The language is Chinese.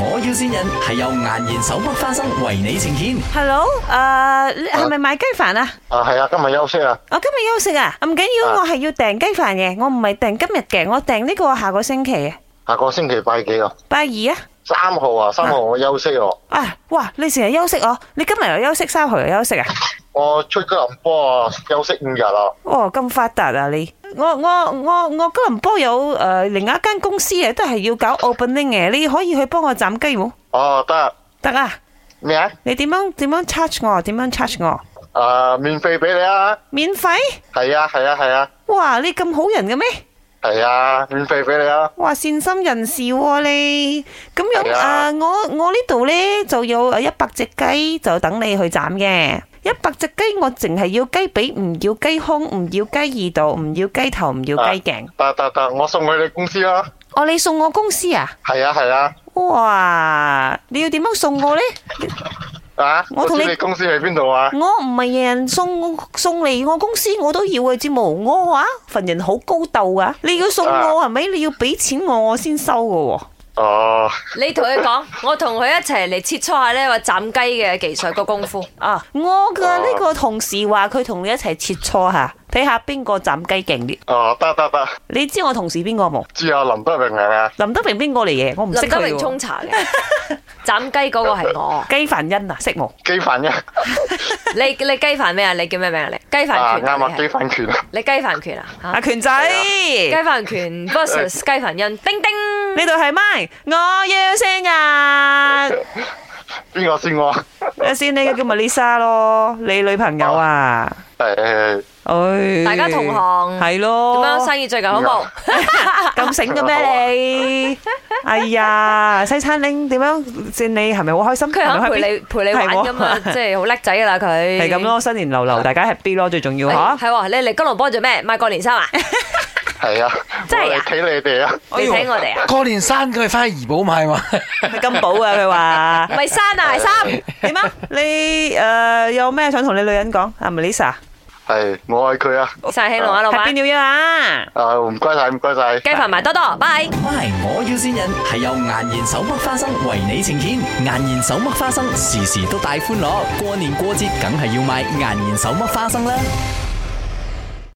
我要先人係由顏然手剝花生為你呈現。 Hello，誒、你係咪買雞飯啊？啊，系啊，今日休息啊，我今日休息啊，唔緊要，啊我係要訂雞飯嘅，我唔係訂今日嘅，我訂呢個下個星期嘅，下個星期拜幾啊？拜二啊。三號啊，三號我休息哦、啊！哇！你成日休息哦，你今日又休息，三號又休息啊？我出吉林波啊，休息五日啊。哦，咁發達啊你！我我我我吉隆坡有誒、呃另一間公司啊，都係要搞 opening 嘅，你可以去幫我斬雞冇？哦，得啊得啊！咩啊？你點樣點樣 charge 我？點樣 charge 我？啊，免費俾你啊！免費？係啊，係啊，係啊，哇！你咁好人嘅咩？係啊，免費俾你啊！哇！善心人士喎、你，咁樣係啊啊我我呢度呢就有一百隻雞，就等你去斬嘅。一百隻雞我淨係要雞髀，唔要雞胸，唔要雞耳度，唔要雞頭，唔要雞頸。得得得，我送去你公司啦。哦，你送我公司啊？係啊，係啊，哇！你要點樣送我呢？啊，我同你知你公司喺邊度啊？我唔係人人送送嚟我公司，我都要嘅知冇。我啊份人好高竇啊！你要送我係咪？你要俾錢我，我先收嘅喎、哦，你同佢講，我同佢一齊嚟切磋下呢個斬雞嘅技術個功夫。啊！我嘅呢個同事話佢同你一齊切磋下，睇下邊個斬雞勁啲。哦，得得得，你知我同事邊個冇？知啊，林德榮係咪啊？林德榮邊個嚟嘅？我唔識林德佢榮喎。沖茶嘅，斬雞嗰個係 我。雞凡恩啊，識冇？基凡嘅，你你雞飯咩啊？你叫咩名啊？你雞啊，飯權啱啊啊，你基係凡權啊，你雞飯權啊？啊嚇阿權仔，雞呢飯權 versus 雞飯恩，叮叮。度係咪？我要先啊！邊個先我？阿先呢個叫 Melissa 咯，你女朋友 啊？誒，唉，大家同行係點咯。樣生意最近好冇？咁醒 嘅咩你？哎呀，西餐拎點樣？先你係咪好開心？佢係咪肯開陪你陪你玩係喎咁啊，即係好叻仔㗎啦佢。係咁咯，啊新年流流，大家 happy 咯，最重要哎。吓。係喎，你嚟吉隆坡做咩？買過年衫啊？係啊，真係啊我嚟睇你哋啊！哎你請我哋啊？過年生佢翻去怡寶買嘛，去金寶啊！佢話唔係衫啊，係 衫。點啊？你诶、呃有咩想同你女人講啊？Melissa，係，我愛佢啊！晒慶龍啊，老係邊闆。料啊？啊，唔該晒，唔該晒。雞飯埋多多，拜。 My，我要先人係由顏然手剝花生為你呈現。顏然手剝花生時時都帶歡樂，過年過節梗係要買顏然手剝花生啦。